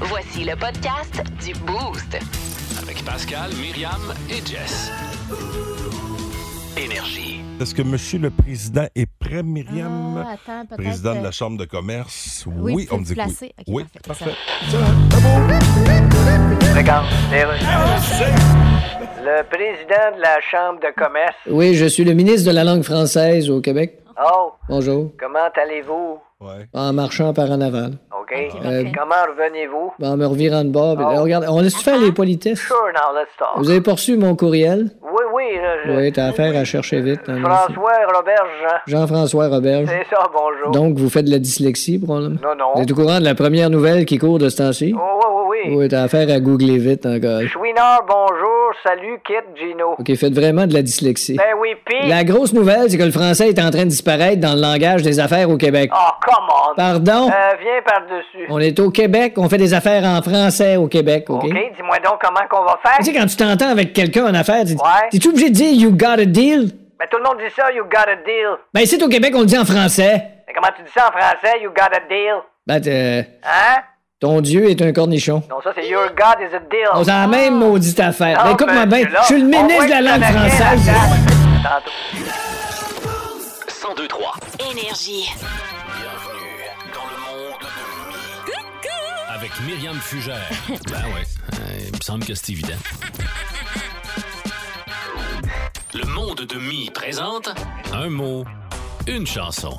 Voici le podcast du Boost. Avec Pascal, Myriam et Jess. Énergie. Est-ce que monsieur le président est prêt, Myriam? Ah, attends, peut-être président que- de la Chambre de commerce. Oui, Oui, tu on peux me dit le que placer. oui. Ok, oui, parfait, parfait. Le président de la Chambre de commerce. Oui, je suis le ministre de la langue française au Québec. Oh, Bonjour. comment allez-vous? Ouais. En marchant par en avant. OK. Euh, Comment revenez-vous? En me revirant de bord. puis là, Oh. regarde, on laisse faire les politesses. Sure, now let's talk. Vous avez pas reçu mon courriel? Oui, oui, là, je... Oui, t'as affaire à chercher vite. hein, merci. Euh, François Robert Jean. Jean-François Roberge. C'est ça, bonjour. Donc, vous faites de la dyslexie, probablement? Non, non. Vous êtes au courant de la première nouvelle qui court de ce temps-ci? Oh, oui, oui, oui. Oui, t'as affaire à googler vite encore. Chouinard, bonjour. Salut, Kit, Gino. OK, faites vraiment de la dyslexie. Ben oui, pis... La grosse nouvelle, c'est que le français est en train de disparaître dans le langage des affaires au Québec. Oh, come on. Pardon? Euh, viens par-dessus. On est au Québec, on fait des affaires en français au Québec, OK? OK, dis-moi donc comment qu'on va Tu sais, faire. quand tu t'entends avec quelqu'un en affaires, tu Ouais. tu obligé de dire You got a deal? Ben, tout le monde dit ça, you got a deal. Ben, ici, au Québec, on le dit en français. Mais comment tu dis ça en français, you got a deal? Ben, t'es- Hein? ton Dieu est un cornichon. Non, ça, c'est your God is a deal. On s'en a même maudite Ah, affaire. Ben, écoute-moi bien, je suis le ministre de la langue française. 1023. Énergie. Bienvenue dans le monde de Mi. Avec Myriam Fugère. ben ouais, euh, il me semble que c'est évident. Le monde de Mi présente un mot, une chanson.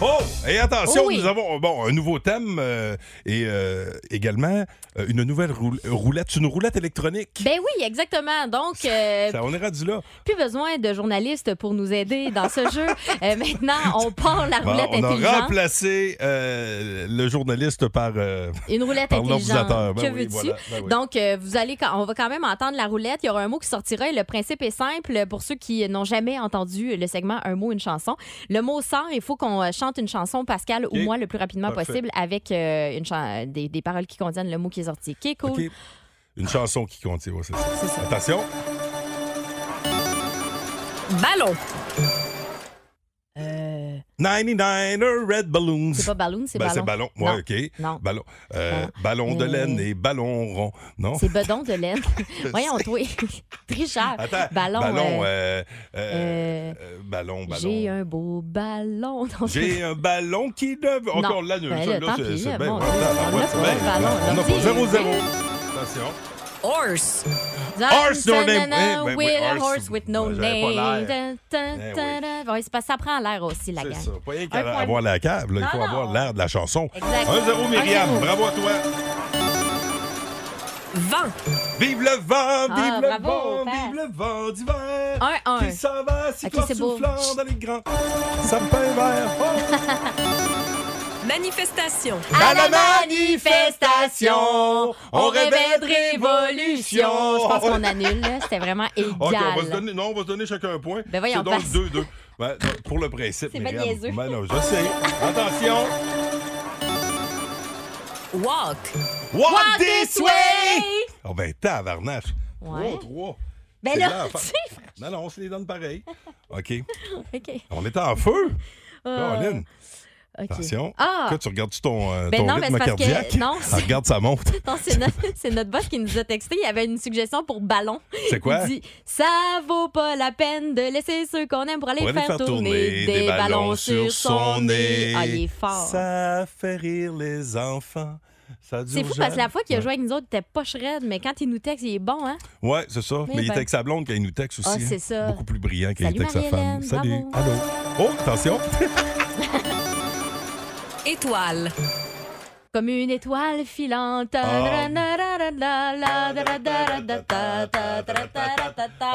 Oh! Et attention, Oui. nous avons bon, un nouveau thème euh, et euh, également euh, une nouvelle roul- roulette. C'est une roulette électronique. Ben oui, exactement. Donc, euh, Ça, on est rendu là. plus besoin de journalistes pour nous aider dans ce jeu. Euh, maintenant, on part la Bon, roulette on a intelligente. remplacé euh, le journaliste par, euh, Une roulette par intelligente. l'ordinateur. Ben que oui, veux-tu? voilà, ben oui. Donc, euh, vous allez, quand- on va quand même entendre la roulette. Il y aura un mot qui sortira et le principe est simple pour ceux qui n'ont jamais entendu le segment Un mot, une chanson. Le mot sort, il faut qu'on euh, chante une chanson, Pascal Ok. ou moi, le plus rapidement Parfait. possible avec euh, une chan- des, des paroles qui contiennent le mot qui est sorti. Qui est cool. OK. Une chanson qui contient. ouais, c'est ça. C'est ça. Attention. Ballon. Euh, 99er er Red Balloons. c'est pas ballon, c'est Ben, ballon. ballon. Non. Ouais, OK. Non. Ballon, euh, Non. ballon de Mais- laine et ballon rond. Non? C'est bedon de laine. Voyons, toi. Richard. Attends. Ballon. Ballon. euh, euh, euh, euh, euh, ballon, J'ai ballon. un beau ballon. Non, J'ai un ballon qui devient. Non. Encore l'annule. Ben, ça, là, là, tant c'est- pis, c'est euh, bien. bon, Ah, on la a boîte, pas c'est bien. le ballon, On n'a on a pas dit- 0-0. Attention. Horse. Horse, no name. Dun, Eh, ben oui, with a horse. horse with no Ben, j'avais pas name. l'air. Dun, Eh dun, dun, dun. Ouais, c'est parce que ça prend l'air aussi, la C'est gang. ça. Pas rien Un point. qu'à avoir la cave, là, il Non, faut non. avoir l'air de la chanson. Exact. 1-0 Myriam, 1-0. bravo à toi. Vent. Vive le vent, vive Ah, le bravo, vent, Pat. vive le vent d'hiver. 1-1. Qui s'en va, si Ok, toi c'est beau. soufflant dans les grands. Ça me fait vert. Oh. Manifestation. À la manifestation, on rêvait de révolution. Je pense qu'on annule, là. C'était vraiment égal. OK, on va se donner, non, on va se donner chacun un point. Ben voyons, C'est donc passe. 2-2. Ben, non, pour le principe, C'est bien Myriam. niaiseux. Ben non, je sais. Attention. Walk. Walk, Walk this way! Oh ben, tabarnache. Ouais. 3-3. Ben C'est là, bien à faire. tu Non, non, on se les donne pareil. OK. OK. On est en feu. Caroline, OK. attention. Euh, Ah! Que tu regardes-tu ton, euh, Ben ton non, mais rythme c'est parce que- cardiaque? non, c'est- Ah, regarde, ça monte. Non, c'est notre, c'est notre boss qui nous a texté. Il avait une suggestion pour ballon. C'est quoi? Il dit Ça vaut pas la peine de laisser ceux qu'on aime pour aller On va faire, tourner, des, ballons sur son nez. Ah, il est fort. Ça fait rire les enfants. Ça dure C'est fou parce que jamais. la fois qu'il a joué avec nous autres, il était pas shred, mais quand il nous texte, il est bon, hein? Ouais, c'est ça. Mais, Mais il ben- est avec sa blonde quand il nous texte aussi. Ah, hein. c'est ça. Beaucoup plus brillant quand il Salut, texte sa femme. Marie-Hélène, Salut. bravo. Allô. Oh, attention. Étoile. Comme une étoile filante. Ah.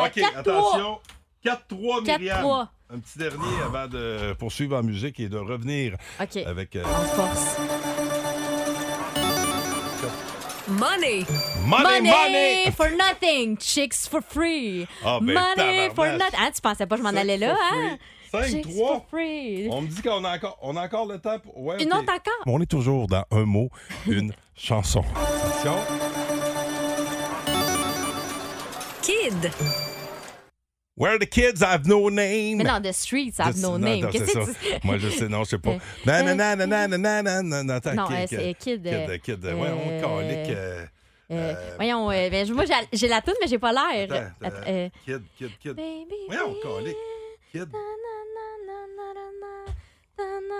OK, attention. 4-3, Myriam. 4-3. Un petit dernier avant de euh, poursuivre en musique et de revenir OK. avec euh, En force. Money. Money, money! for nothing, chicks for free. Ah, ben, money for tabarnak. nothing. Ah, tu pensais pas que je m'en Sex allais là, for hein? free. Cinq, Chicks trois. for free. On me dit qu'on a encore, on a encore le temps. pour- ouais, Une ok. autre encore. On est toujours dans un mot, une chanson. Attention. Kid. Where the kids have no name. Mais non, The Streets Je have sais- non, no name. non, Qu'est-ce c'est que ça. tu Moi, je sais, non, je sais pas. Euh, Non, non, non, non, non, non, non, non, non, attends, Non, kid, euh, kid, c'est Kid, euh, Kid, kid, ouais, on euh, calique, euh, Euh, Euh, voyons, euh, ben, je- moi j'ai- j'ai la toune, mais j'ai pas l'air. attends, Att- attends, euh, Kid, kid, kid. Baby, Voyons, baby, calique, kid. na, na, na, na, na, na, na,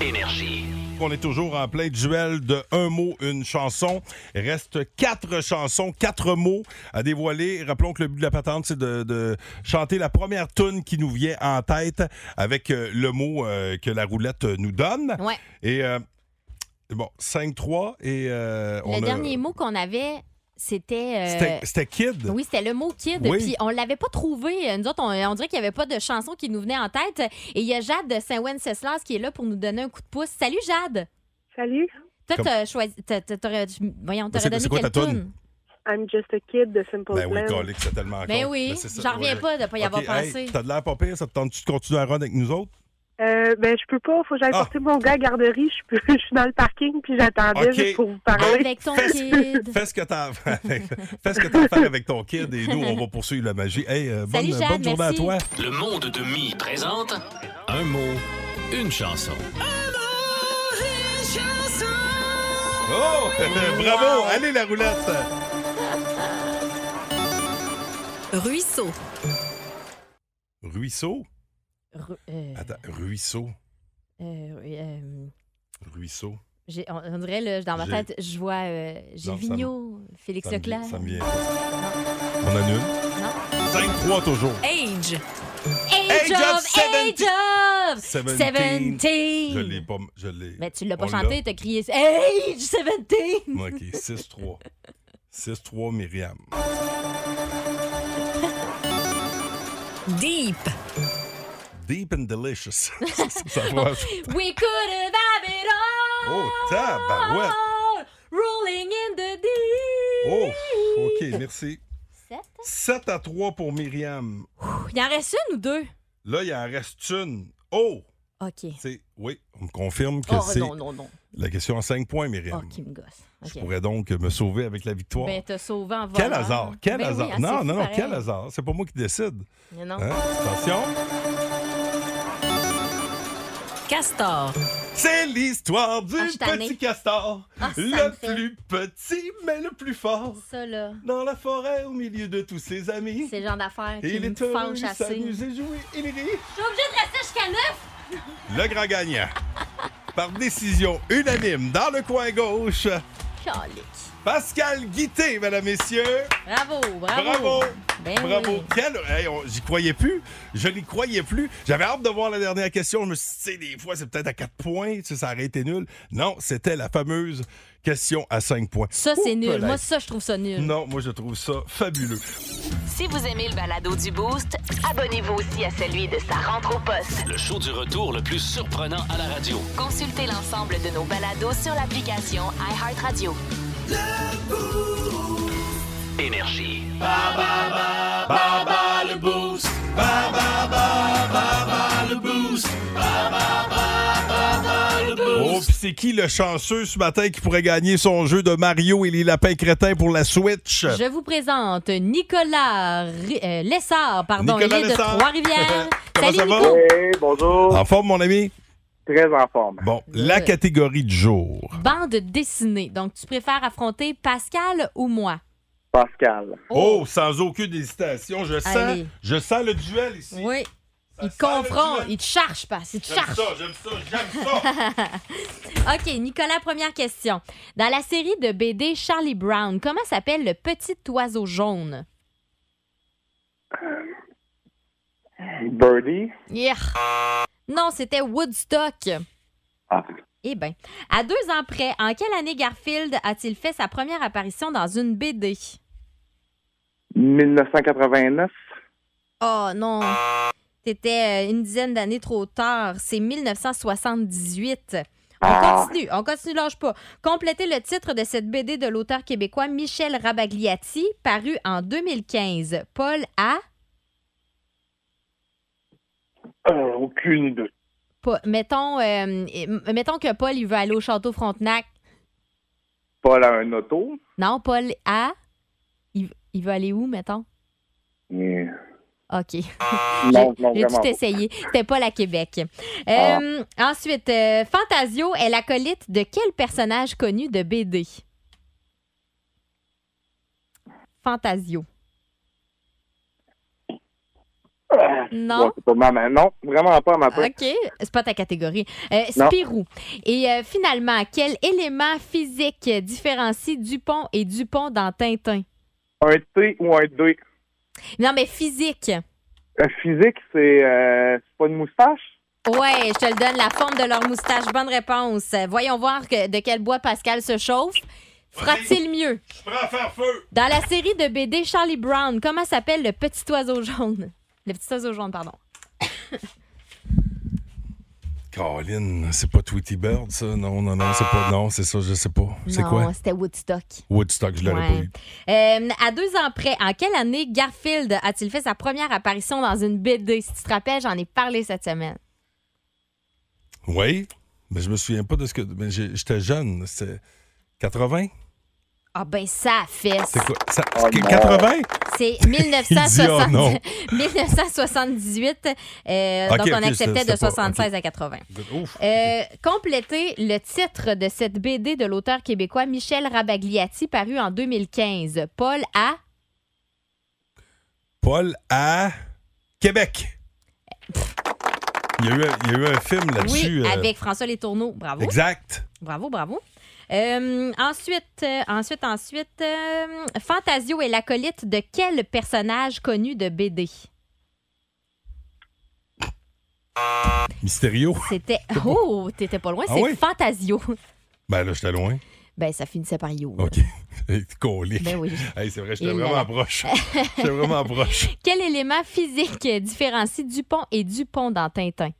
Énergie. On est toujours en plein duel de un mot, une chanson. Reste quatre chansons, quatre mots à dévoiler. Rappelons que le but de la patente, c'est de, de chanter la première tune qui nous vient en tête avec euh, le mot euh, que la roulette nous donne. Ouais. Et euh, bon, 5-3 et euh, on Le a- dernier mot qu'on avait, c'était. euh, C'était c'était Kid. Oui, c'était le mot kid. Oui. Puis on l'avait pas trouvé. Nous autres, on, on dirait qu'il n'y avait pas de chanson qui nous venait en tête. Et il y a Jade de Saint-Wenceslas qui est là pour nous donner un coup de pouce. Salut, Jade. Salut, Toi, Comme- t'as choisi. t'as- t'as- t'aurais- Voyons, c'est- t'aurais donné c'est quoi ta quelle toune? toune? I'm just a kid de Simple Ben oui, Plan. Colic, c'est tellement Ben con. oui, c'est ça, j'en reviens ouais. pas de ne pas y Ok, avoir hey, pensé. T'as de l'air pas pire, ça te tente-tu de continuer à run avec nous autres? Euh, ben, je peux pas. Faut que j'aille Ah. porter mon gars à la garderie. Je, peux- je suis dans le parking, puis j'attendais Ok. juste pour vous parler. Avec ton Fais- kid. Fais ce que t'as avec- fais ce que t'as à faire avec ton kid et nous, on va poursuivre la magie. Hey, euh, bonne, Salut, Jade, bonne journée merci. à toi. Le monde de Mi présente un mot, une chanson. Oh! Bravo! Allez, la roulette! Ruisseau. Ruisseau? Ru- euh, Attends, ruisseau. euh, euh, Ruisseau. j'ai- on, on dirait, là, dans ma J'ai- tête, je vois euh, Non, Gilles ça Vigneault, Félix Ça me, Leclerc. ça me vient. On annule? 5-3 toujours. Age. Age Age, of, of 17. Age of 17. 17. Je l'ai pas. Je l'ai. Mais tu l'as pas On chanté, t'as crié Age 17. l'a. OK, 6-3. 6-3, Myriam. Deep. Deep and delicious. ça, ça va. We could have had it all. Oh, tabarouette. Rolling in the deep. Oh, OK, merci. Sept. 7 à 3 pour Myriam. Il en reste une ou deux? Là, il en reste une. Oh! OK. C'est... Oui, on me confirme que Oh, c'est non, non, non. la question à 5 points, Myriam. Oh, qui me gosse. Je OK. pourrais donc me sauver avec la victoire. Ben, t'as sauvé en volant. quel hasard! Quel Ben oui, hasard! hein, non, c'est non, fou, non, pareil. quel hasard! C'est pas moi qui décide. Non, non. Hein? Attention! Castor. C'est l'histoire du Ah, je suis tannée. petit castor. Ah, ça le me fait. plus petit, mais le plus fort. Ça, là, Dans la forêt, au milieu de tous ses amis. c'est le genre d'affaire qui Il me est heureux, fâche il assez. s'amuse et joue, il rit. Je suis obligée de rester jusqu'à neuf. Le grand gagnant. Par décision unanime dans le coin gauche, Calique. Pascal Guité, mesdames, messieurs. Bravo, bravo. Bravo! Ben Bravo! oui. Quel- hey, on- J'y croyais plus. Je n'y croyais plus. J'avais hâte de voir la dernière question. Je me suis dit, tu sais, des fois, c'est peut-être à 4 points. Tu sais, ça aurait été nul. Non, c'était la fameuse question à 5 points. Ça, c'est Ouh, nul. là. Moi, ça, je trouve ça nul. Non, moi, je trouve ça fabuleux. Si vous aimez le balado du Boost, abonnez-vous aussi à celui de Sa rentre au poste. Le show du retour le plus surprenant à la radio. Consultez l'ensemble de nos balados sur l'application iHeartRadio. Énergie. Oh, puis c'est qui le chanceux ce matin qui pourrait gagner son jeu de Mario et les lapins crétins pour la Switch? Je vous présente Nicolas Ri- euh, Lessard, pardon, Nicolas il est Lessard. de Trois-Rivières. Comment Salut ça va? Nico. bonjour. En forme, mon ami? Très en forme. Bon, la Ben Ouais. catégorie du jour. Bande dessinée. Donc tu préfères affronter Pascal ou moi Pascal. Oh, sans aucune hésitation. Je sens, Allez. je sens le duel ici. Oui. Ça Il te sent le confronte, duel. il te charge pas, il te J'aime charge. ça, j'aime ça, j'aime ça. OK, Nicolas, première question. Dans la série de BD Charlie Brown, comment s'appelle le petit oiseau jaune Birdie. Yeah. Non, c'était Woodstock. Ah. Eh bien, à deux ans près, en quelle année Garfield a-t-il fait sa première apparition dans une BD? 1989. Oh non! C'était euh, une dizaine d'années trop tard. C'est 1978. On Ah. continue, on continue, lâche pas. Complétez le titre de cette BD de l'auteur québécois Michel Rabagliati, paru en 2015. Paul A. Euh, aucune idée. Pa- mettons, euh, m- mettons que Paul, il veut aller au Château Frontenac. Paul a un auto. Non, Paul A. Il, il veut aller où, mettons? Mais... OK. Non, non, J'ai vraiment pas. tout Ah. essayé. C'était pas la Québec. Euh, Ensuite, euh, Fantasio est l'acolyte de quel personnage connu de BD? Fantasio. Non. Euh, Ouais, c'est pas ma main. Non, vraiment pas ma main. OK, c'est pas ta catégorie. Euh, Non. Spirou. Et euh, finalement, quel élément physique différencie Dupont et Dupont dans Tintin? Un T ou un D. Non, mais physique. Un physique, c'est euh, c'est pas une moustache. Ouais, je te le donne, la forme de leur moustache. Bonne réponse. Euh, Voyons voir que- de quel bois Pascal se chauffe. Fera-t-il mieux? Prends à faire feu! Dans la série de BD Charlie Brown, comment s'appelle le petit oiseau jaune? Le petit oiseau jaune, pardon. Colin, c'est pas Tweety Bird, ça? Non, non, non, c'est pas. Non, c'est ça, je sais pas. C'est Ah. Non, quoi? C'était Woodstock. Woodstock, je l'aurais pas Ouais. eu. Euh, à deux ans près, en quelle année Garfield a-t-il fait sa première apparition dans une BD? Si tu te rappelles, j'en ai parlé cette semaine. Oui, mais je me souviens pas de ce que. mais j'ai- J'étais jeune, c'était 80? Ah ben ça fesse. C'est quoi? Ça- c'est que- 80? C'est dit, oh non. 1970 1978. euh, Ok, donc, on ok, acceptait c'était de pas- 76 ok. à 80. Ouf. Euh, complétez le titre de cette BD de l'auteur québécois Michel Rabagliati, paru en 2015. Paul A. Paul à Québec. Il y a eu, un- il y a eu un film là-dessus. Euh, Oui, euh, avec François Les Tourneaux. Bravo. Exact. Bravo, bravo. Euh, ensuite, euh, ensuite, ensuite, euh, Fantasio est l'acolyte de quel personnage connu de BD? Mystérieux. C'était. Oh, t'étais pas loin, Ah c'est oui? Fantasio. Ben là, j'étais loin. Ben, ça finissait par Yo. OK. Collé. Ben oui. Hey, c'est vrai, j'étais Et là vraiment là. proche. J'étais vraiment proche. Quel élément physique différencie Dupont et Dupont dans Tintin?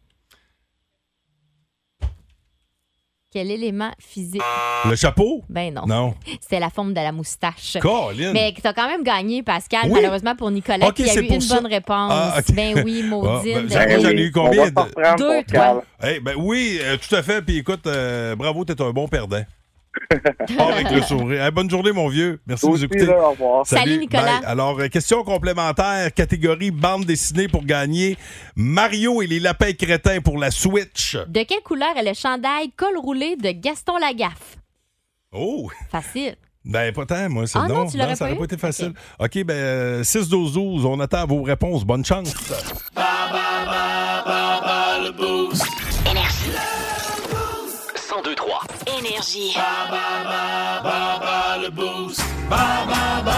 Quel élément physique? Le chapeau? Ben non. Non. C'était la forme de la moustache. Colin! Mais t'as quand même gagné, Pascal, Oui. malheureusement pour Nicolas, Ok, qui a c'est eu pour une ça. bonne réponse. Ah, ok. Ben oui, maudine. Ah, ben, j'en- j'en ai eu combien? de- Deux, toi. Eh, ben oui, euh, tout à fait. Puis écoute, euh, bravo, t'es un bon perdant. Ah, avec le sourire. Eh, bonne journée, mon vieux. Merci de nous Aussi, écouter. là, au revoir. Salut, Nicolas. bye. Alors, euh, question complémentaire, catégorie bande dessinée pour gagner. Mario et les lapins crétins pour la Switch. De quelle couleur est le chandail col roulé de Gaston Lagaffe? Oh! Facile. Ben, pas tant, moi, c'est Ah non, non. tu l'aurais ça pas aurait eu? pas été facile. OK, ben, euh, 6-12-12, on attend vos réponses. Bonne chance. le boost. Énergie. 102 3. Énergie. Ba, ba, ba, ba, ba, le boost. Ba, ba, ba,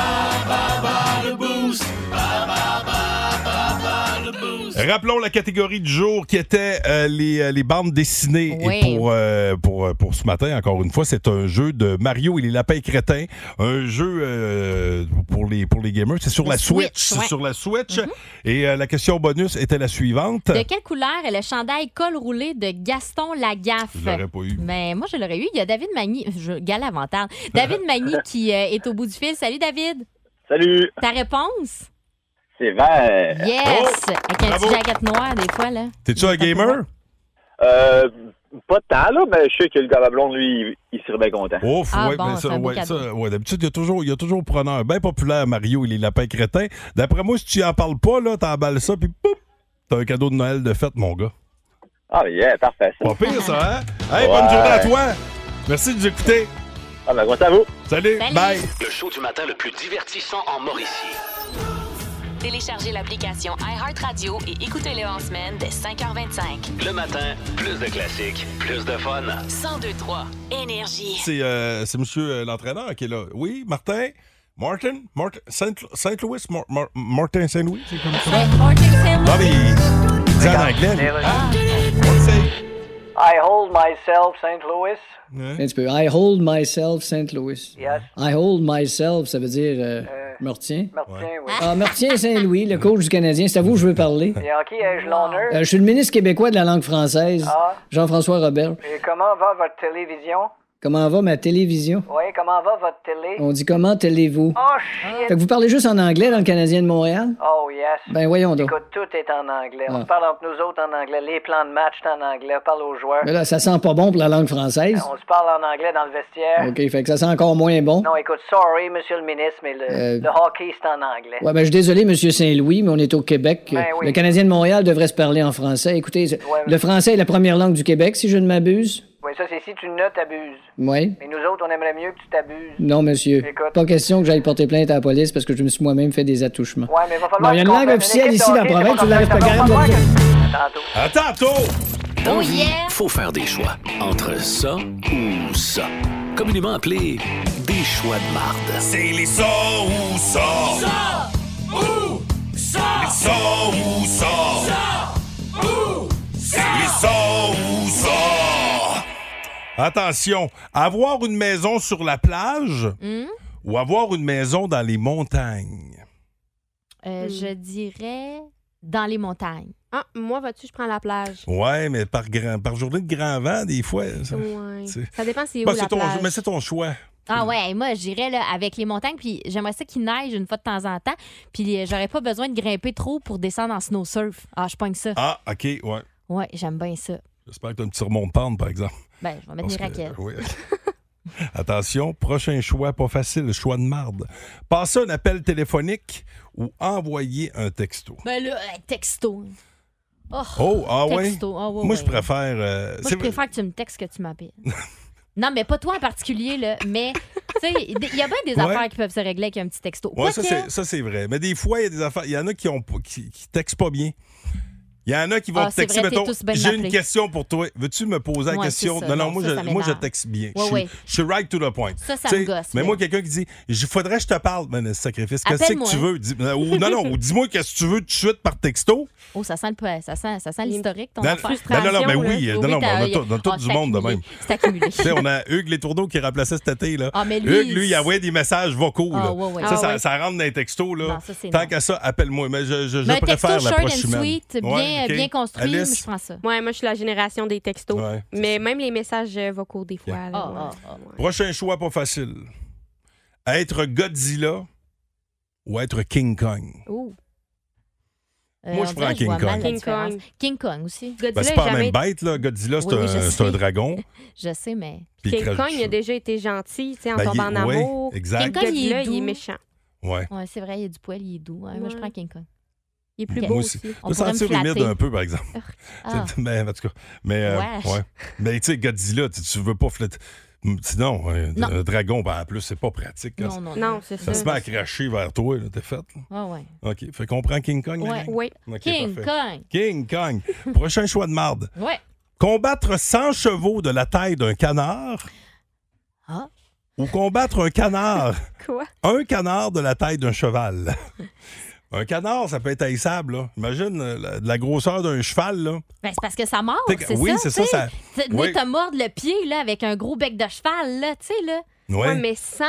ba, ba, le boost. Ba, ba, ba, ba, ba, le boost. Rappelons la catégorie du jour qui était euh, les, euh, les bandes dessinées. Oui. Et pour, euh, pour, euh, pour ce matin, encore une fois, c'est un jeu de Mario et les lapins crétins. Un jeu euh, pour, les, pour les gamers. C'est sur Le la Switch. Switch, C'est ouais. Mm-hmm. sur la Switch. Et euh, la question bonus était la suivante. De quelle couleur est le chandail col roulé de Gaston Lagaffe? Je l'aurais pas eu. Mais moi, je l'aurais eu. Il y a David Magny. Je galavantarde. David Magny qui euh, est au bout du fil. Salut, David. Salut. Ta réponse? C'est Euh, vert. Yes! Avec un bravo. petit jacket noir, des fois, là. T'es-tu un gamer? Euh, pas tant, là, mais je sais que le gars blond, lui, il, il serait bien content. Ouf, Ah ouais, bon, ben ça, c'est un beau ouais, cadeau. ça, ouais, d'habitude, il y a toujours, il y a toujours preneur. Bien populaire, Mario et les lapins crétins. D'après moi, si tu en parles pas, là, t'emballes ça, puis pouf, t'as un cadeau de Noël de fête, mon gars. Ah, yeah, parfait. Pas pire, ça, hein? Hey, bonne Ouais. journée à toi! Merci de nous écouter. Ah, ben, à vous. Salut, bye! Le show du matin le plus divertissant en Mauricie. Téléchargez l'application iHeartRadio et écoutez-le en semaine dès 5h25. Le matin, plus de classiques, plus de fun. 1023 Énergie. C'est euh, c'est monsieur euh, l'entraîneur qui est là. Oui, Martin? Martin? Martin Saint- Saint-Louis? Mar- Mar- Martin Saint-Louis? C'est comme ça? Martin Saint-Louis. Eh Non, mais il dit en anglais. lui. Ah, on le sait. I hold myself, St. Louis. Un petit peu. I hold myself Saint Louis. Yes. I hold myself, ça veut dire euh, me retiens. Me retiens, oui. Ah, me retiens Saint-Louis, le coach du Canadien. C'est à vous que je veux parler. Et en qui ai-je l'honneur? Euh, je suis le ministre québécois de la langue française, Ah. Jean-François Robert. Et comment va votre télévision? Comment va ma télévision? Oui, comment va votre télé? On dit comment allez-vous? Oh, shit! Fait que vous parlez juste en anglais dans le Canadien de Montréal? Oh, yes. Ben, voyons donc. Écoute, tout est en anglais. Ah. On parle entre nous autres en anglais. Les plans de match, c'est en anglais. On parle aux joueurs. Mais là, ça sent pas bon pour la langue française. On se parle en anglais dans le vestiaire. OK, fait que ça sent encore moins bon. Non, écoute, sorry, monsieur le ministre, mais le, Euh. le hockey, c'est en anglais. Ouais, ben, je suis désolé, Monsieur Saint-Louis, mais on est au Québec. Ben oui. Le Canadien de Montréal devrait se parler en français. Écoutez, le français est la première langue du Québec, si je ne m'abuse. Oui, ça, c'est si tu ne t'abuses. Oui. Mais nous autres, on aimerait mieux que tu t'abuses. Non, monsieur. Écoute. Pas question que j'aille porter plainte à la police parce que je me suis moi-même fait des attouchements. Ouais, mais va Bon, falloir il y a une qu'on langue fasse officielle équipe ici de dans la hockey, province, c'est vous avez pas pas grave, capable va falloir de- que- À tantôt. À tantôt! Dans Oh la vie, yeah. faut faire des choix. Entre ça ou ça. Communément appelé des choix de marde. C'est les ça ou ça. Ça ou ça. Les ça ou ça. Ça ou ça. Les ça ou ça. Attention, avoir une maison sur la plage ou avoir une maison dans les montagnes. Euh, Je dirais dans les montagnes. Ah, moi, vas-tu, je prends la plage. Ouais, mais par, grand, par journée de grand vent, des fois. Ça, Ouais. c'est- Ça dépend c'est où Ben, la c'est ton- plage. mais c'est ton choix. Ah Hmm. ouais, et moi j'irais là avec les montagnes puis j'aimerais ça qu'il neige une fois de temps en temps puis euh, j'aurais pas besoin de grimper trop pour descendre en snow surf. Ah, je pogne ça. Ah, OK, ouais. Ouais, j'aime bien ça. J'espère que tu as un petit remont de pente, par exemple. Ben, je vais mettre mes Parce que- oh. raquettes. oui. Attention, prochain choix, pas facile, choix de marde. Passer un appel téléphonique ou envoyer un texto. Ben là, euh, texto. Oh, Oh, ah ouais? texto. Ah ouais, Moi, ouais. je préfère. euh, Moi, c'est- je préfère que tu me textes que tu m'appelles. non, mais pas toi en particulier, là. Mais, tu sais, il y a bien des Ouais. affaires qui peuvent se régler avec un petit texto. Ouais, ça, Quoique- c'est- ça, c'est vrai. Mais des fois, il y a des affaires. Il y en a qui ont pas- qui, qui textent pas bien. Il y en a qui vont Ah, te c'est texter, vrai, t'es mettons, tous ben j'ai une m'appeler. question pour toi. Veux-tu me poser la Ouais, question? c'est ça. Non, non, Non, moi, ça, je, ça moi, je m'énerve. texte bien. Ouais, je, suis, ouais. je suis right to the point. Ça, ça Tu me sais, gosse, Mais ouais. moi, quelqu'un qui dit, il faudrait que je te parle. Mais sacrifice, qu'est-ce que Appelle-moi. tu veux? Dis- ou, non, non, ou dis-moi qu'est-ce que tu veux tout de suite par texto. Oh, ça sent, le, peu- ça sent, ça sent l'historique, ton Non, affaire. non, non, non, ben oui, là. non, non, on t'as- a y a- tout- on a tout Ah, du c'est monde de accumulé. même. C'est accumulé. Tu sais, on a Hugues Les Tourneaux qui remplaçait cet été. Là. Ah, mais lui, Hugues, lui, il envoyait des messages vocaux. Ah, là. ouais, ouais. Ça, Ah, ça, ouais. ça rentre dans les textos. Là. Non, ça, c'est Tant non. qu'à ça, appelle-moi. Mais je, je, je Mais un Ben, texto préfère short l'approche and humaine. sweet, bien, Ouais, ok. bien construit, Alice? mais je prends ça. Ouais, moi, je suis la génération des textos. Ouais, mais même les messages euh, vocaux, des fois. Ah, là, ouais. Prochain choix pas facile. Être Godzilla ou être King Kong. Ouh. Moi, je prends on dirait que King Euh, vois Kong. mal la King différence. Kong. King Kong aussi. Ben, c'est pas la même bête, là. Godzilla, c'est Oui, oui, un- je c'est un, sais. dragon. Je sais, mais. Puis il King crache- Kong, il a déjà été gentil, tu sais, en Ben, il- tombant en ouais, amour. exact. King Kong, il est Godzilla, il est doux. méchant. Ouais. Ouais, c'est vrai, il y a du poil, il est doux. Ouais, Moi, je Ouais. prends King Kong. Il est plus Ok. beau Moi aussi. aussi. On me pourrait me sentir humide flatter. un peu, par exemple. Ah. Mais en tout cas. Mais, euh, Wesh. ouais. Mais tu sais, Godzilla, tu, tu veux pas flotter. Mm, Sinon, un, Non. un dragon, ben, en plus, c'est pas pratique. quand ça- non. Non, c'est ça. ça. se met à cracher vers toi, là, t'es faite. là. Ouais, ouais. OK. Fait qu'on prend King Kong, la Ouais. gang? Oui. OK, King parfait. King Kong. Prochain choix de marde. Ouais. Combattre 100 chevaux de la taille d'un canard Ah. ou combattre un canard. Quoi? Un canard de la taille d'un cheval. Un canard, ça peut être haïssable. là. Imagine euh, la, de la grosseur d'un cheval. Là. Ben, c'est parce que ça mord, T'es- c'est oui, ça. c'est ça, tu sais. ça- T'es- venir oui. te mordre le pied, là, avec un gros bec de cheval, là, tu sais, là. Ouais. Ouais, mais 100,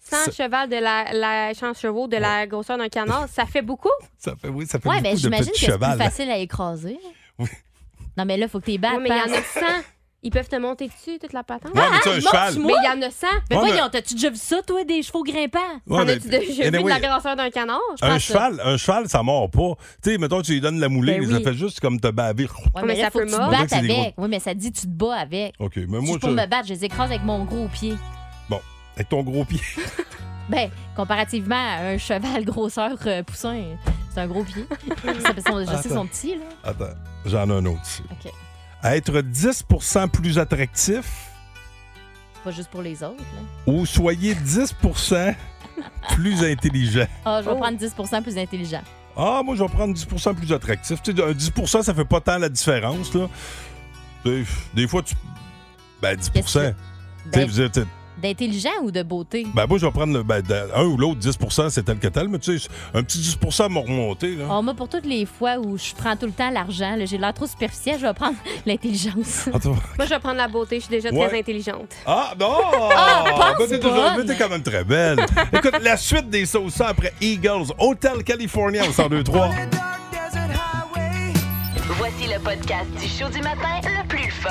100 Ça- chevals de la, la 100 chevaux de la grosseur d'un canard, ça fait beaucoup. Ça fait, oui, ça fait Ouais, ben, beaucoup mais de j'imagine petits que c'est plus chevals. hein. facile à écraser. Non, mais là, faut que t'es battes. Ouais, mais il y en a parce- 100. Ils peuvent te monter dessus, toute la patente. Ouais, mais tu as un ils montent cheval. sur moi. Mais il y en a 100. Mais Ouais, voyons, t'as-tu déjà vu ça, toi, des chevaux grimpants? Ouais, T'en mais- as-tu déjà vu de anyway, la grosseur d'un canard? Je Un pense cheval, un cheval, ça mord pas. Tu sais, mettons, tu lui donnes la moulée, Ben ça oui. fait juste comme te baver. Ouais, Ouais, mais, mais là, ça faut peut que tu te mordre. battes On dirait que c'est des avec. Oui, mais ça dit, tu te bats avec. OK, mais Si moi, je pour je- me battre, je les écrase avec mon gros pied. Bon, avec ton gros pied. Ben, comparativement à un cheval grosseur euh, poussin, c'est un gros pied. Ça fait son- je sais, son Ah, Attends. petit, là. Attends, j'en ai un autre ici. OK. Être 10 plus attractif C'est Pas juste pour les autres, là. ou soyez 10 plus intelligent. Ah, Oh. je vais prendre 10 plus intelligent. Ah, moi, je vais prendre 10 plus attractif. Tu sais, un 10 ça fait pas tant la différence, là. Tu sais, Des fois, tu. Ben, 10 Tu sais, Ben- vous êtes- D'intelligent ou de beauté? Ben, moi, je vais prendre le, ben, de- un ou l'autre, 10 c'est tel que tel, mais tu sais, un petit 10 m'a remonté. Là. Oh, moi, pour toutes les fois où je prends tout le temps l'argent, là, j'ai l'air trop superficielle, je vais prendre l'intelligence. Attends. Moi, je vais prendre la beauté. Je suis déjà Ouais. très intelligente. Ah, non! Ah, pense Ben, t'es toujours- bonne. ben, t'es quand même très belle. Écoute, la suite des sauces après Eagles, Hotel California au 102-3. Voici le podcast du show du matin le plus fun.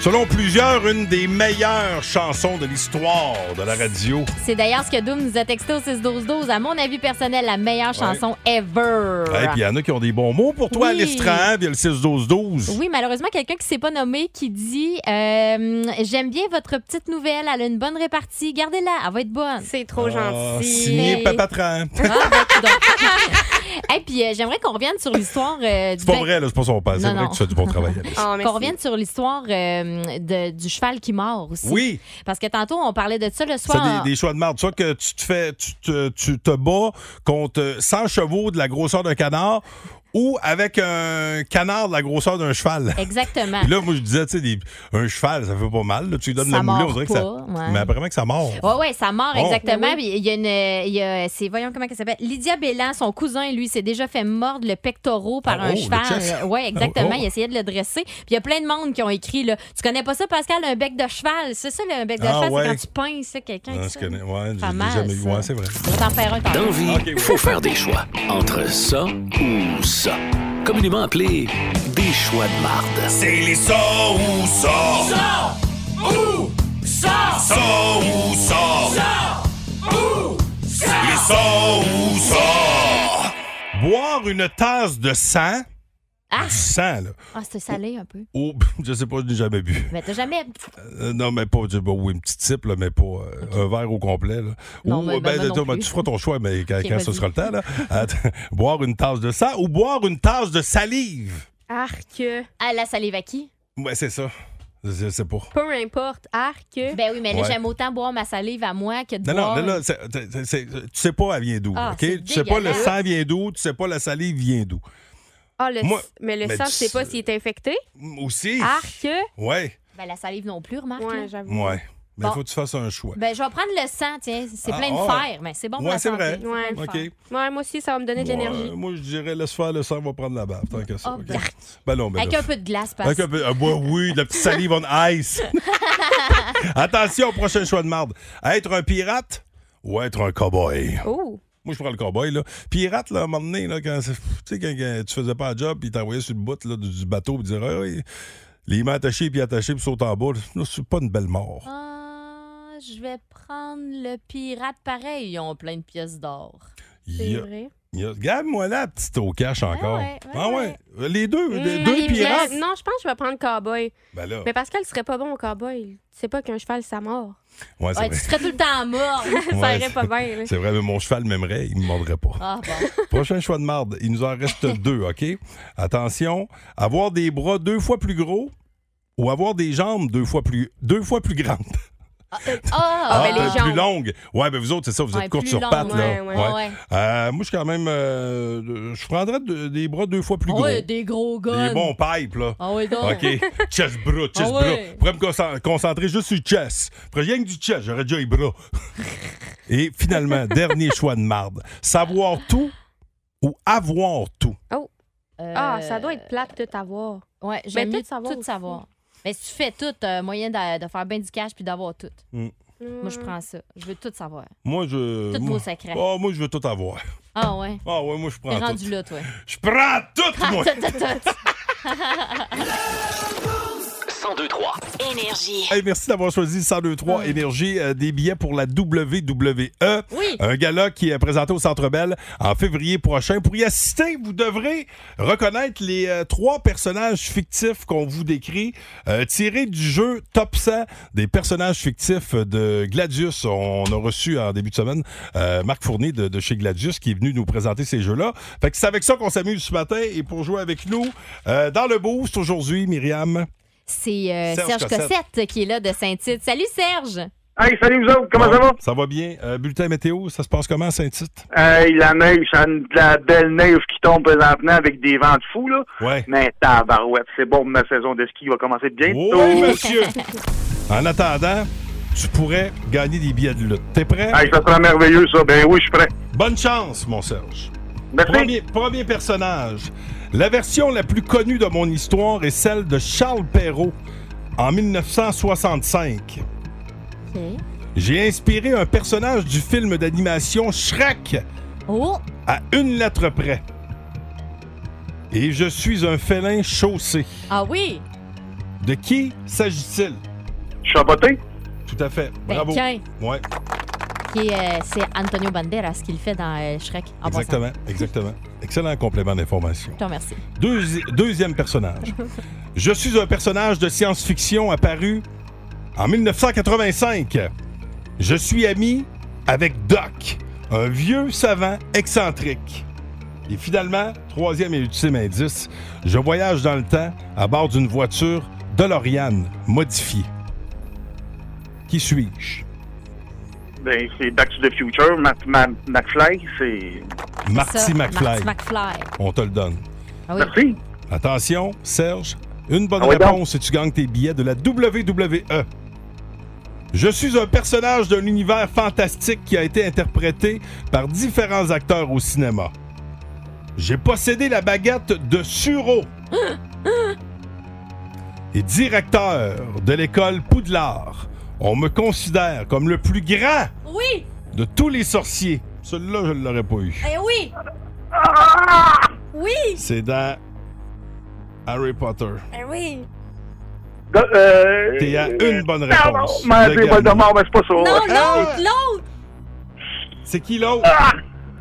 Selon plusieurs, une des meilleures chansons de l'histoire de la radio. C'est d'ailleurs ce que Doom nous a texté au 6-12-12. À mon avis personnel, la meilleure chanson ever. Et puis il y en a qui ont des bons mots pour toi, Ah. Oui. l'Estrahan, via le 6-12-12. Oui, malheureusement, quelqu'un qui s'est pas nommé qui dit euh, J'aime bien votre petite nouvelle, elle a une bonne répartie, gardez-la, elle va être bonne. C'est trop Ah, signé Papa Tran. Ah, Et ben, puis euh, j'aimerais qu'on revienne sur l'histoire euh, du C'est pas vin- vrai, là, c'est pas son père. C'est Non, vrai non. que Ah. tu fais du bon travail. Alice. Ah, Qu'on revienne sur l'histoire euh, de- du cheval qui mord aussi. Oui. Parce que tantôt, on parlait de ça le soir. C'est des, des choix de marde. Soit que tu te fais, tu te, tu te bats contre 100 chevaux de la grosseur d'un canard ou avec un canard de la grosseur d'un cheval. Exactement. Puis là, moi, je disais, tu sais, des- un cheval, ça fait pas mal. là. Tu lui donnes Ça le moulet, on mord dirait que pas, ça. ouais. Mais apparemment que ça mord. Oui, oui, ça mord, Oh. exactement. Ben Mais Puis Il y a une. il y a- c'est, voyons comment elle s'appelle. Lydia Bellan, son cousin, lui, s'est déjà fait mordre le pectoraux par Ah, oh, un le chest. cheval. Oui, exactement. Oh, oh. Il essayait de le dresser. Puis il y a plein de monde qui ont écrit là, Tu connais pas ça, Pascal, un bec de cheval C'est ça, le, un bec de Ah, cheval, ouais. c'est quand tu pinces là, quelqu'un. Ah, avec je ça. connais. Ouais, Pas j'ai mal, jamais vu. ça. Ouais, c'est vrai. On va t'en faire un Dans tantôt. vie, faut faire des choix entre ça ou ça. Communément appelé des choix de marde. C'est les ça ou Ça ou ça. Ça ou ça. Ça ou ça. Les ça ou ça. Boire une tasse de sang. Du sang, là. Ah, c'est salé un peu. Oh, je sais pas, je n'ai jamais bu. Mais t'as jamais. Euh, non, mais pas, je- bah, oui, une petite type, là, mais pas euh, un verre au complet. Là. Non, ou, mais- euh, ben, moi non attends, ben, plus. tu feras ton choix, mais quand, Ok, quand ce vas-y. sera le temps, là. Attends, boire une tasse de sang ou boire une tasse de salive. Arc. Ah, la salive à qui Ouais, c'est ça. Je, je sais pas. Peu importe. Arc. Ben oui, mais là, Ouais. j'aime autant boire ma salive à moi que de Non, non, boire. là, là, c'est- c'est- c'est- tu sais pas elle vient d'où, Ah, OK? c'est Tu sais pas le dégueulasse. sang vient d'où, tu sais pas la salive vient d'où. Ah, le Moi- s- mais le mais sang, je tu- sais pas s'il est infecté. Aussi. Arc. Ouais, Ben, la salive non plus, remarque. là. Ouais, j'avoue. ouais. Mais il Bon. faut que tu fasses un choix. Ben, je vais prendre le sang, tiens. C'est Ah, plein de ah. fer, mais c'est bon Ouais, pour la c'est santé. vrai. plein de Ouais. fer. OK. Ouais, moi aussi, ça va me donner de l'énergie. Ouais, moi, je dirais, laisse faire le sang, on va prendre la bave. Tant que ça. Oh, OK? dark. Ben non, mais Avec là- un peu de glace, parce Avec un peu- ah, ouais, oui, de la petite salive on ice. Attention, prochain choix de marde. Être un pirate ou être un cowboy? Oh! Moi, je prends le cowboy, là. Pirate, là, à un moment donné, là, quand, c'est- tu sais, quand, quand tu faisais pas un job, puis t'envoyais sur le bout là, du, du bateau, puis dire Ah oui, les mains attachées, puis attachées, puis saute en bas. Là, c'est pas une belle mort. Ah, je vais prendre le pirate pareil. Ils ont plein de pièces d'or. Yeah. vrai. Yeah. Regarde-moi là, la petite au cash encore. ouais, ouais, Ah ouais. Les deux, Hmm, les deux les pirates. pirates. Non, je pense que je vais prendre cowboy. Ben là. Mais Pascal serait pas bon au Oh, cowboy. Tu sais pas qu'un cheval, ça mord. Ouais, Ben, c'est Ouais, vrai. tu serais tout le temps mort. ça Ouais, irait c'est- pas bien. là. C'est vrai, mais mon cheval m'aimerait, il me mordrait pas. Ah, bon. Prochain choix de marde. Il nous en reste deux, OK? Attention. Avoir des bras deux fois plus gros ou avoir des jambes deux fois plus, deux fois plus grandes. Ah, ben, Ah, euh, plus longues. Ouais, ben vous autres, c'est ça, vous êtes Ouais, courtes plus sur longues, pattes. ouais, là. ouais, Ouais. ouais. Euh, moi, je suis quand même. euh, je prendrais de- des bras deux fois plus gros. Ah Ouais, des gros gars. Des bons pipes, là. Ah ouais, donc. OK. Chest bras, chest Ah ouais. bras. Je pourrais me concen- concentrer juste sur le chest. Je rien que du chest, j'aurais déjà les bras. Et finalement, dernier choix de marde. Savoir tout ou avoir tout. Oh! Euh, Ah, ça doit être plate tout avoir. Ouais, j'aime Ben, mieux tout savoir tout aussi. savoir. Mais si tu fais tout, euh, moyen de, de faire bien du cash puis d'avoir tout. Mm. Moi, je prends ça. Je veux tout savoir. Moi, je. Tout moi- beau sacré. Ah, moi, je veux tout avoir. Ah ouais. Ah, ouais, moi, je prends T'es tout. rendu là, toi. Je prends tout, moi! Tout, tout, tout. 1023 Énergie. Hey, merci d'avoir choisi 1023 Ah. Énergie euh, des billets pour la E. WWE. Oui. Un gala qui est présenté au Centre Bell en février prochain. Pour y assister, vous devrez reconnaître les euh, trois personnages fictifs qu'on vous décrit, euh, tirés du jeu Top 100 des personnages fictifs de Gladius. On a reçu en début de semaine euh, Marc Fournier de, de chez Gladius qui est venu nous présenter ces jeux-là. Fait que c'est avec ça qu'on s'amuse ce matin et pour jouer avec nous euh, dans le boost aujourd'hui, Myriam. C'est euh, Serge Serge, Cossette. qui est là de Saint-Tite. Salut, Serge. Hey, salut vous autres, comment ça va? Ça va bien. Euh, bulletin météo, ça se passe comment à Saint-Tite? Hey, la neige, ça- de la belle neige qui tombe présentement avec des vents de fou, là. Ouais. Mais tabarouette, c'est bon, ma saison de ski va commencer bientôt. Oui, monsieur. En attendant, tu pourrais gagner des billets de lutte. T'es prêt? Hey, ça serait merveilleux, ça. Ben oui, je suis prêt. Bonne chance, mon Serge. Premier, premier personnage. La version la plus connue de mon histoire est celle de Charles Perrault en 1965. J'ai inspiré un personnage du film d'animation Shrek Oh. à une lettre près. Et je suis un félin chaussé. Ah oui! De qui s'agit-il? Chaboté? Tout à fait. Ben, Bravo. tiens. Ouais, Qui est, euh, c'est Antonio Banderas qui le fait dans euh, Shrek. En passant. exactement, exactement. Excellent complément d'information. Je te remercie. Deuxi- deuxième personnage. Je suis un personnage de science-fiction apparu en 1985. Je suis ami avec Doc, un vieux savant excentrique. Et finalement, troisième et ultime indice, je voyage dans le temps à bord d'une voiture DeLorean modifiée. Qui suis-je? Ben, c'est Back to the Future, Matt, Matt- McFly, c'est... Marty Ça, McFly. Marty McFly. On te le donne. Ah oui. Merci. Attention, Serge, une bonne Ah oui, donc. réponse et tu gagnes tes billets de la WWE. Je suis un personnage d'un univers fantastique qui a été interprété par différents acteurs au cinéma. J'ai possédé la baguette de Suro et directeur de l'école Poudlard. On me considère comme le plus grand Oui! de tous les sorciers. Celui-là, je ne l'aurais pas eu. Eh oui! Ah! Oui! C'est dans Harry Potter. Eh oui! Euh, T'es à une bonne réponse. Non, mais de c'est gagner. Voldemort, ben- mais c'est pas ça. Non, Ah! l'autre, l'autre! C'est qui l'autre?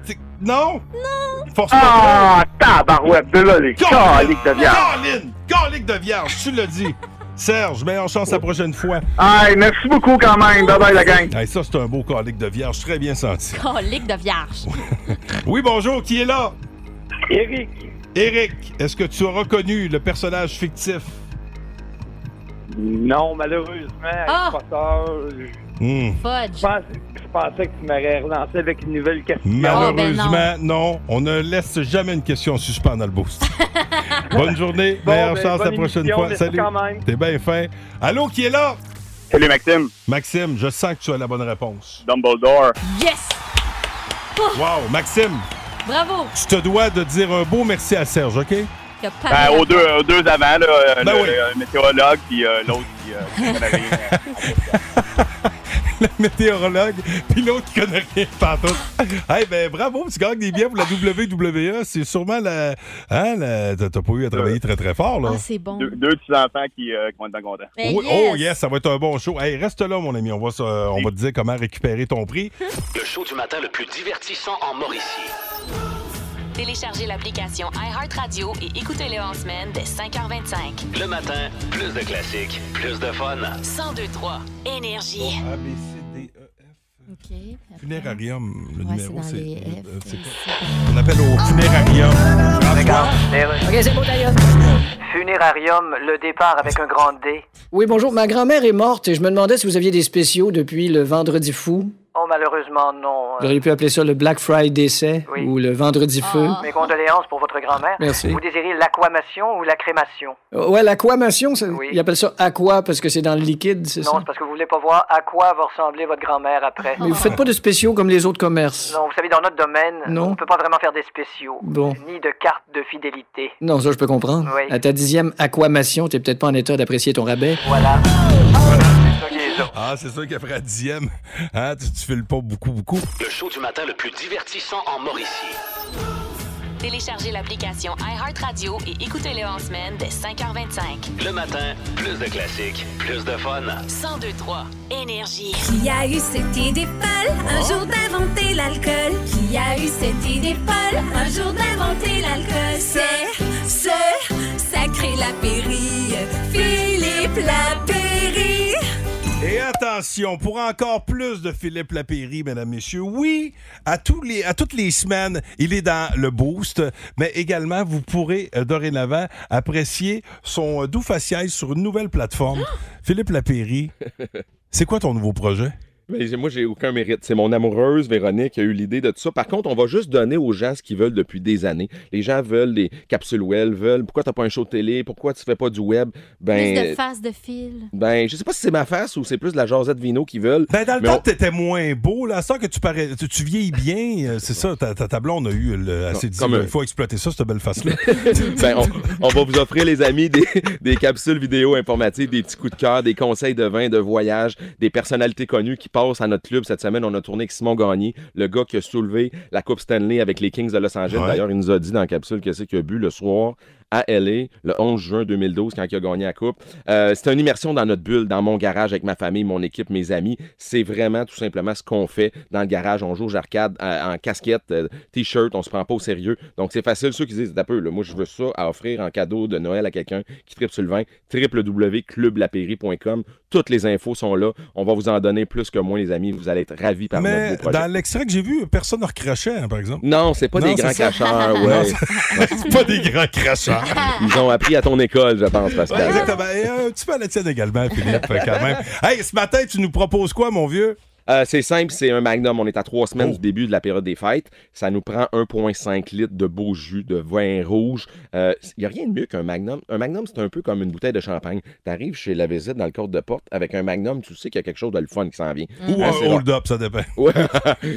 C'est- Non? Non! Force Ah, tabarouette, de là, les caliques de viande. Caroline! Calique de viande, tu le dis. Serge, meilleure chance la prochaine fois. Hey, merci beaucoup quand même. Bye-bye, la gang. Hey, ça, c'est un beau calique de vierge, très bien senti. Colique de vierge. Oui, bonjour, qui est là? Eric. Eric, est-ce que tu as reconnu le personnage fictif? Non, malheureusement, Ah! Harry Potter, Hmm. Fudge. je pensais, je pensais que tu m'aurais relancé avec une nouvelle question. Malheureusement, non. On ne laisse jamais une question en suspens dans le boost. bonne journée, Bon, meilleure ben, chance la bonne prochaine émission, fois. merci Salut. quand même. T'es bien fin. Allô, qui est là? Salut, Maxime. Maxime, je sens que tu as la bonne réponse. Dumbledore. Yes! Wow, Maxime, Bravo! je te dois de dire un beau merci à Serge, OK? Euh, T'as pas Ben, bien- aux, deux, aux deux avant, là, euh, Ben le, oui. le météorologue, puis euh, l'autre qui euh, qui connaît rien. Le météorologue, puis l'autre qui connaît rien partout. hey, ben bravo, tu gagnes des biens pour la WWE. C'est sûrement la. Hein, la- T'as t'as pas eu à Euh. travailler très très fort, là. Ah, c'est bon. Deux, deux petits-enfants qui, euh, qui vont être contents. Ben, Oui, yes. Oh yes, ça va être un bon show. Hey, reste là, mon ami. On va, se- euh, on va te dire comment récupérer ton prix. Le show du matin le plus divertissant en Mauricie. Téléchargez l'application iHeartRadio et écoutez-le en semaine dès 5h25. Le matin, plus de classiques, plus de fun. 1023 Énergie. A, B, C, D, E, OK. F. Funérarium, le Ouais, numéro, c'est c'est. dans les F. euh, c'est quoi? On appelle au funérarium. François. Eh OK, c'est bon, d'ailleurs. Funérarium, le départ avec un grand D. Oui, bonjour. Ma grand-mère est morte et je me demandais si vous aviez des spéciaux depuis le Vendredi fou. Oh, malheureusement, non. Vous auriez pu appeler ça le Black Friday décès Oui. Ah. ou le Vendredi feu. Mes condoléances pour votre grand-mère. Merci. Vous désirez l'aquamation ou la crémation? Euh, Ouais, l'aquamation, ça, Oui. ils appellent ça aqua parce que c'est dans le liquide, c'est non, ça? c'est parce que vous voulez pas voir à quoi va ressembler votre grand-mère après. Mais vous faites pas de spéciaux comme les autres commerces. Non, vous savez, dans notre domaine, Non. on peut pas vraiment faire des spéciaux. Bon. Ni de cartes de fidélité. Non, ça, je peux comprendre. Oui. À ta dixième aquamation, t'es peut-être pas en état d'apprécier ton rabais. Voilà. Oh! Ah, c'est sûr qu'après la dixième, hein, tu, tu files pas beaucoup, beaucoup. Le show du matin le plus divertissant en Mauricie. Téléchargez l'application iHeartRadio et écoutez-le en semaine dès 5h25. Le matin, plus de classiques, plus de fun. 1023 Énergie. Qui a eu cette idée folle un Hein? jour d'inventer l'alcool? Qui a eu cette idée folle un jour d'inventer l'alcool? C'est ce sacré Lapéry, Philippe Lapéry. Et attends, attention, pour encore plus de Philippe Lapéry, mesdames, messieurs, oui, à, tous les, à toutes les semaines, il est dans le boost, mais également, vous pourrez euh, dorénavant apprécier son euh, doux faciès sur une nouvelle plateforme. Philippe Lapéry, c'est quoi ton nouveau projet? Mais Ben, j'ai- moi, j'ai aucun mérite. C'est mon amoureuse, Véronique, qui a eu l'idée de tout ça. Par contre, on va juste donner aux gens ce qu'ils veulent depuis des années. Les gens veulent des capsules web, veulent pourquoi t'as pas un show de télé, pourquoi tu fais pas du web. Ben, Plus de face de fil. ben je sais pas si c'est ma face ou c'est plus de la jasette vino qu'ils veulent. Ben, dans le Mais temps, on- t'étais moins beau, là. Ça que tu, parais, tu, tu vieillis bien, euh, c'est ça. Ta, ta, ta blonde a eu le, assez dit, comme il un- faut exploiter ça, cette belle face-là. Ben, on, on va vous offrir, les amis, des, des capsules vidéo informatives, des petits coups de cœur, des conseils de vin, de voyage, des personnalités connues qui passent à notre club. Cette semaine, on a tourné avec Simon Gagné, le gars qui a soulevé la Coupe Stanley avec les Kings de Los Angeles. Ouais. D'ailleurs, il nous a dit dans la capsule que c'est qu'il a bu le soir à LA le 11 juin 2012 quand il a gagné la Coupe. Euh, c'est une immersion dans notre bulle, dans mon garage avec ma famille, mon équipe, mes amis. C'est vraiment tout simplement ce qu'on fait dans le garage. On joue aux arcades euh, en casquette, euh, t-shirt, on se prend pas au sérieux. Donc c'est facile. Ceux qui disent, Attends un peu, là, moi je veux ça à offrir en cadeau de Noël à quelqu'un qui tripe sur le vin, www.clublapéry.com. Toutes les infos sont là. On va vous en donner plus que moi, les amis. Vous allez être ravis par notre Mais beau projet. dans l'extrait que j'ai vu, personne ne recrachait, hein, par exemple. Non, c'est pas Non, c'est des grands ça. cracheurs, Non, ouais. c'est- c'est pas des grands cracheurs. Ils ont appris à ton école, je pense, Ouais, Pascal. exactement. Et euh, un petit peu à la tienne également, Philippe, quand même. Hey, ce matin, tu nous proposes quoi, mon vieux? Euh, c'est simple, c'est un magnum. On est à trois semaines Oh. du début de la période des fêtes. Ça nous prend 1,5 litres de beau jus, de vin rouge. Il n'y a rien de mieux qu'un magnum. Un magnum, c'est un peu comme une bouteille de champagne. Tu arrives chez la visite dans le corde de porte avec un magnum, tu sais qu'il y a quelque chose de le fun qui s'en vient. Ou Hein, un c'est rare. hold-up, ça dépend. Ouais.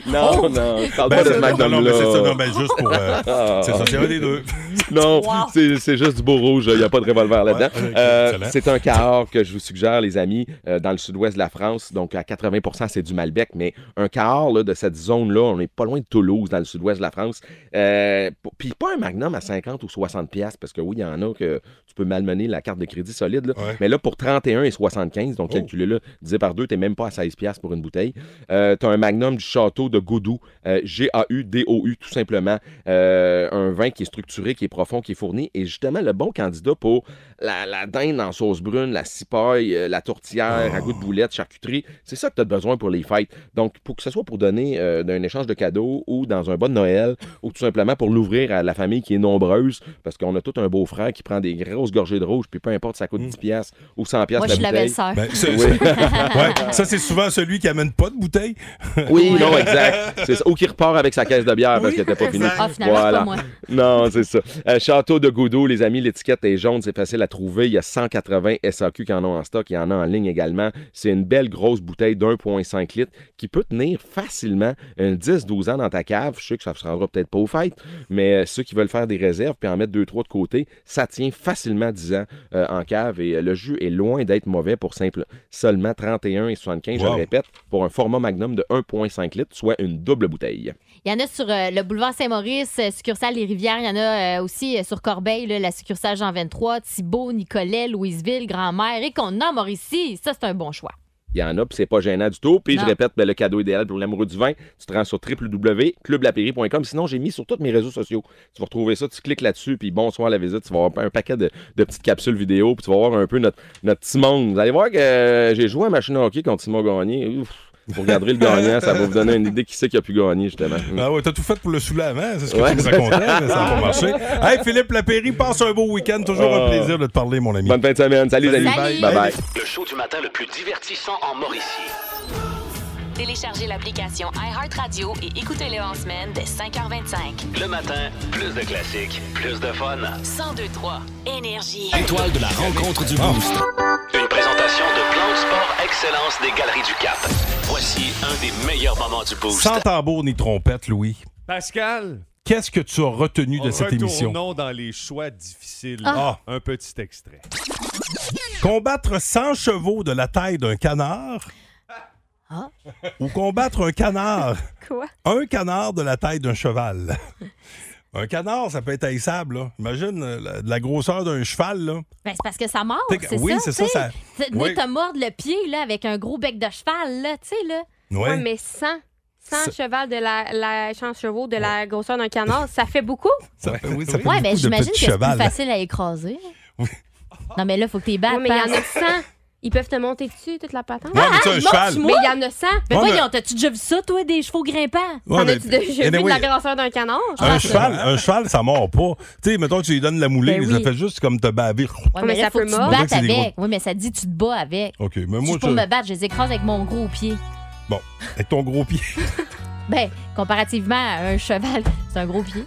non, non, je parle Ben, pas de ce c'est- non, magnum-là. non, mais c'est ça, non, mais juste pour, euh, Ah. c'est ça, c'est un des deux. Non, Wow. c'est c'est juste du beau rouge, il n'y a pas de revolver là-dedans. Ouais, ok, Euh, excellent. c'est un cahors que je vous suggère, les amis, euh, dans le sud-ouest de la France. Donc, à 80 c'est du Malbec, mais un cahors là, de cette zone-là, on n'est pas loin de Toulouse, dans le sud-ouest de la France. Euh, p- Puis pas un magnum à 50 ou 60 piastres, parce que oui, il y en a que tu peux malmener la carte de crédit solide. là. Mais là, pour 31 et 75, Oh. donc calculez-le, divisé par deux, tu même pas à 16 piastres pour une bouteille. Euh, tu as un magnum du château de Goudou, euh, G-A-U-D-O-U, tout simplement. Euh, un vin qui est structuré, qui est profond, qui est fourni. Et justement, le bon candidat pour la, la dinde en sauce brune, la cipaille, euh, la tourtière, à goût de boulette, charcuterie. C'est ça que tu as besoin pour les fêtes. Donc, pour que ce soit pour donner euh, d'un échange de cadeaux ou dans un bon Noël ou tout simplement pour l'ouvrir à la famille qui est nombreuse, parce qu'on a tout un beau-frère qui prend des grosses gorgées de rouge, puis peu importe, ça coûte 10 piastres ou 100 piastres. Moi, je suis la belle-sœur. Ben, c'est- Oui. c'est- ouais, ça, c'est souvent celui qui amène pas de bouteille. Oui, non, exact. C'est ça. Ou qui repart avec sa caisse de bière parce qu'elle n'était pas finie. Ah, finalement, c'est pas moi. Non, c'est ça. Euh, Château de Goudou, les amis, l'étiquette est jaune, c'est facile à trouver. Il y a 180 SAQ qui en ont en stock, il y en a en ligne également. C'est une belle grosse bouteille d'1,5 litres qui peut tenir facilement un 10-12 ans dans ta cave. Je sais que ça se rendra peut-être pas aux fêtes, mais euh, ceux qui veulent faire des réserves puis en mettre 2-3 de côté, ça tient facilement 10 ans euh, en cave et euh, le jus est loin d'être mauvais pour simple seulement 31 et 75, je Wow. le répète, pour un format magnum de 1,5 litres, soit une double bouteille. Il y en a sur euh, le boulevard Saint-Maurice, euh, succursale Les Rivières. Il y en a euh, aussi euh, sur Corbeil, là, la succursale Jean 23, Thibault, Nicolet, Louisville, Grand-Mère et qu'on nomme ici. Ça, c'est un bon choix. Il y en a, puis c'est pas gênant du tout. Puis je Non. répète, ben, le cadeau idéal pour l'amoureux du vin, tu te rends sur www.clublapéry.com. Sinon, j'ai mis sur tous mes réseaux sociaux. Tu vas retrouver ça, tu cliques là-dessus, puis bonsoir la visite. Tu vas avoir un paquet de, de petites capsules vidéo, puis tu vas voir un peu notre, notre petit monde. Vous allez voir que euh, j'ai joué à machine à hockey contre Simon Gagné. Ouf, vous regarderez le gagnant, ça va vous donner une idée qui c'est qui a pu gagner, justement. Ah ouais, t'as tout fait pour le saouler avant, c'est ce que Mm. Ouais. tu nous racontais, mais ça n'a pas marché. Hey, Philippe Lapéry, passe un beau week-end. Toujours un Ah. plaisir de te parler, mon ami. Bonne fin de semaine. Salut, les amis. Bye-bye. Le show du matin le plus divertissant en Mauricie. Téléchargez l'application iHeartRadio et écoutez-le en semaine dès 5h25. Le matin, plus de classiques, plus de fun. 1023 Énergie. Étoile de la rencontre du Ah, Boost. Une présentation de Plan de Sport Excellence des Galeries du Cap. Voici un des meilleurs moments du boost. Sans tambour ni trompette, Louis, Pascal, qu'est-ce que tu as retenu de cette émission? retournons dans les choix difficiles. Ah. Un petit extrait. Combattre 100 chevaux de la taille d'un canard Ah. ou combattre un canard. Quoi? Un canard de la taille d'un cheval. Un canard, ça peut être haïssable. là. Imagine euh, la, de la grosseur d'un cheval. Là. Ben, c'est parce que ça mord, T'es- c'est oui, ça. c'est ça, tu sais. ça- Venir oui. te mordre le pied là, avec un gros bec de cheval, là, tu sais, là. Ouais. Ouais, mais 100, 100 Ça- chevals de la, la 100 chevaux de la grosseur d'un canard, ça fait beaucoup. Ça fait- oui, ça fait Ouais, mais beaucoup de j'imagine petits que c'est plus cheval. facile à écraser. Non, mais là, faut que t'es battes. Oui, mais il y en a 100. Ils peuvent te monter dessus, toute la patente. Ouais, mais tu sais, un ils Ah, montent cheval. sur moi. Mais il y en a 100. Mais Ouais, voyons, mais- t'as-tu déjà vu ça, toi, des chevaux grimpants? Ouais, T'en mais- as-tu déjà vu de anyway, la grosseur d'un canard? Un cheval, un cheval, ça mord pas. Tu sais, mettons, tu lui donnes la moulée, Ben ça oui. fait juste comme te baver. Ouais, mais, Mais là, ça faut peut que tu te mordre. battes C'est des avec. Oui, mais ça dit tu te bats avec. OK, mais Si moi, je peux je. me battre, je les écrase avec mon gros pied. Bon, avec ton gros pied. Ben, comparativement à un cheval, c'est un gros pied.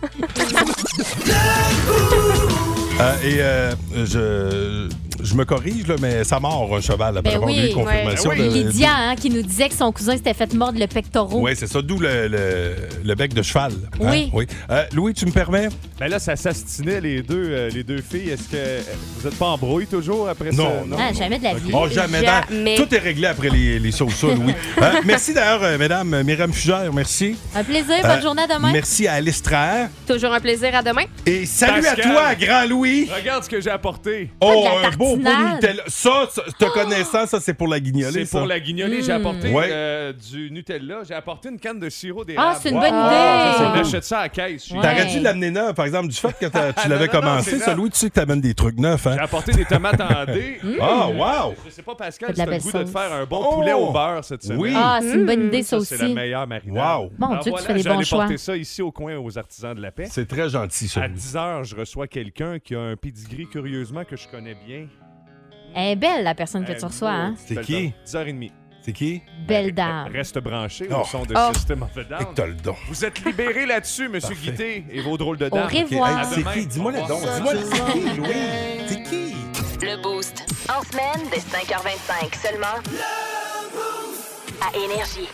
Euh, et euh, je, je me corrige, là, mais ça mord un cheval après Ben avoir eu oui, confirmation. de- Lydia, hein, qui nous disait que son cousin s'était fait mordre le pectoral. Oui, c'est ça, d'où le, le- le bec de cheval. hein? Oui. Euh, Louis, tu me permets? Ben là, ça s'astinait les deux, euh, les deux filles. Est-ce que euh, vous êtes pas en brouille toujours après Non, ça? non, Ah, non. jamais de la vie. Oh, jamais. dans- Jamais. Tout est réglé après les, les sauces, Louis. Hein? Merci d'ailleurs, euh, mesdames, euh, Myriam Fugère, merci. Un plaisir, bonne Euh, journée à demain. Merci à Alice Traher. Toujours un plaisir, à demain. Et salut Pascal. à toi, grand Louis. Regarde ce que j'ai apporté. Oh, la un beau pot de tartinade. Nutella. Ça, ça, te connaissant, ça, c'est pour la guignolée. C'est pour ça. la guignolée. J'ai apporté Ouais. euh, du Nutella. J'ai apporté une canne de sirop d'érable. Ah, c'est une bonne Wow. idée. Ah, C'est On cool. achète ça à la caisse. chez T'aurais nous. dû l'amener neuf, par exemple, du fait que t'as- tu Non, l'avais non, non, commencé. c'est ça, neuf. Louis, tu sais que t'amènes des trucs neufs. Hein? J'ai apporté des tomates en D. Ah, wow! Je sais pas, Pascal, de si la t'as le belle goût de te sauce. faire un bon Oh! poulet au beurre cette semaine. Oui. Ah, c'est une bonne idée, ça C'est aussi. la meilleure marinade. Wow! Mon Ah, Dieu, tu voilà, fais les bons j'allais choix. porter ça ici au coin aux artisans de la paix. C'est très gentil, ça. À 10 h, je reçois quelqu'un qui a un pedigree curieusement que je connais bien. Elle est belle, la personne que tu reçois. Hein? C'est qui? 10h30. C'est qui? Belle dame. Ben, Reste branché Oh. au son de Oh. System of a Down. Et t'as le don. Vous êtes libérés là-dessus, Monsieur Guité et vos drôles de Au dames. revoir. À Hey, demain. c'est qui? Dis-moi le Au don. revoir. Dis-moi le don. Louis. C'est qui? Le Boost. En semaine, dès 5h25 seulement. À Énergie.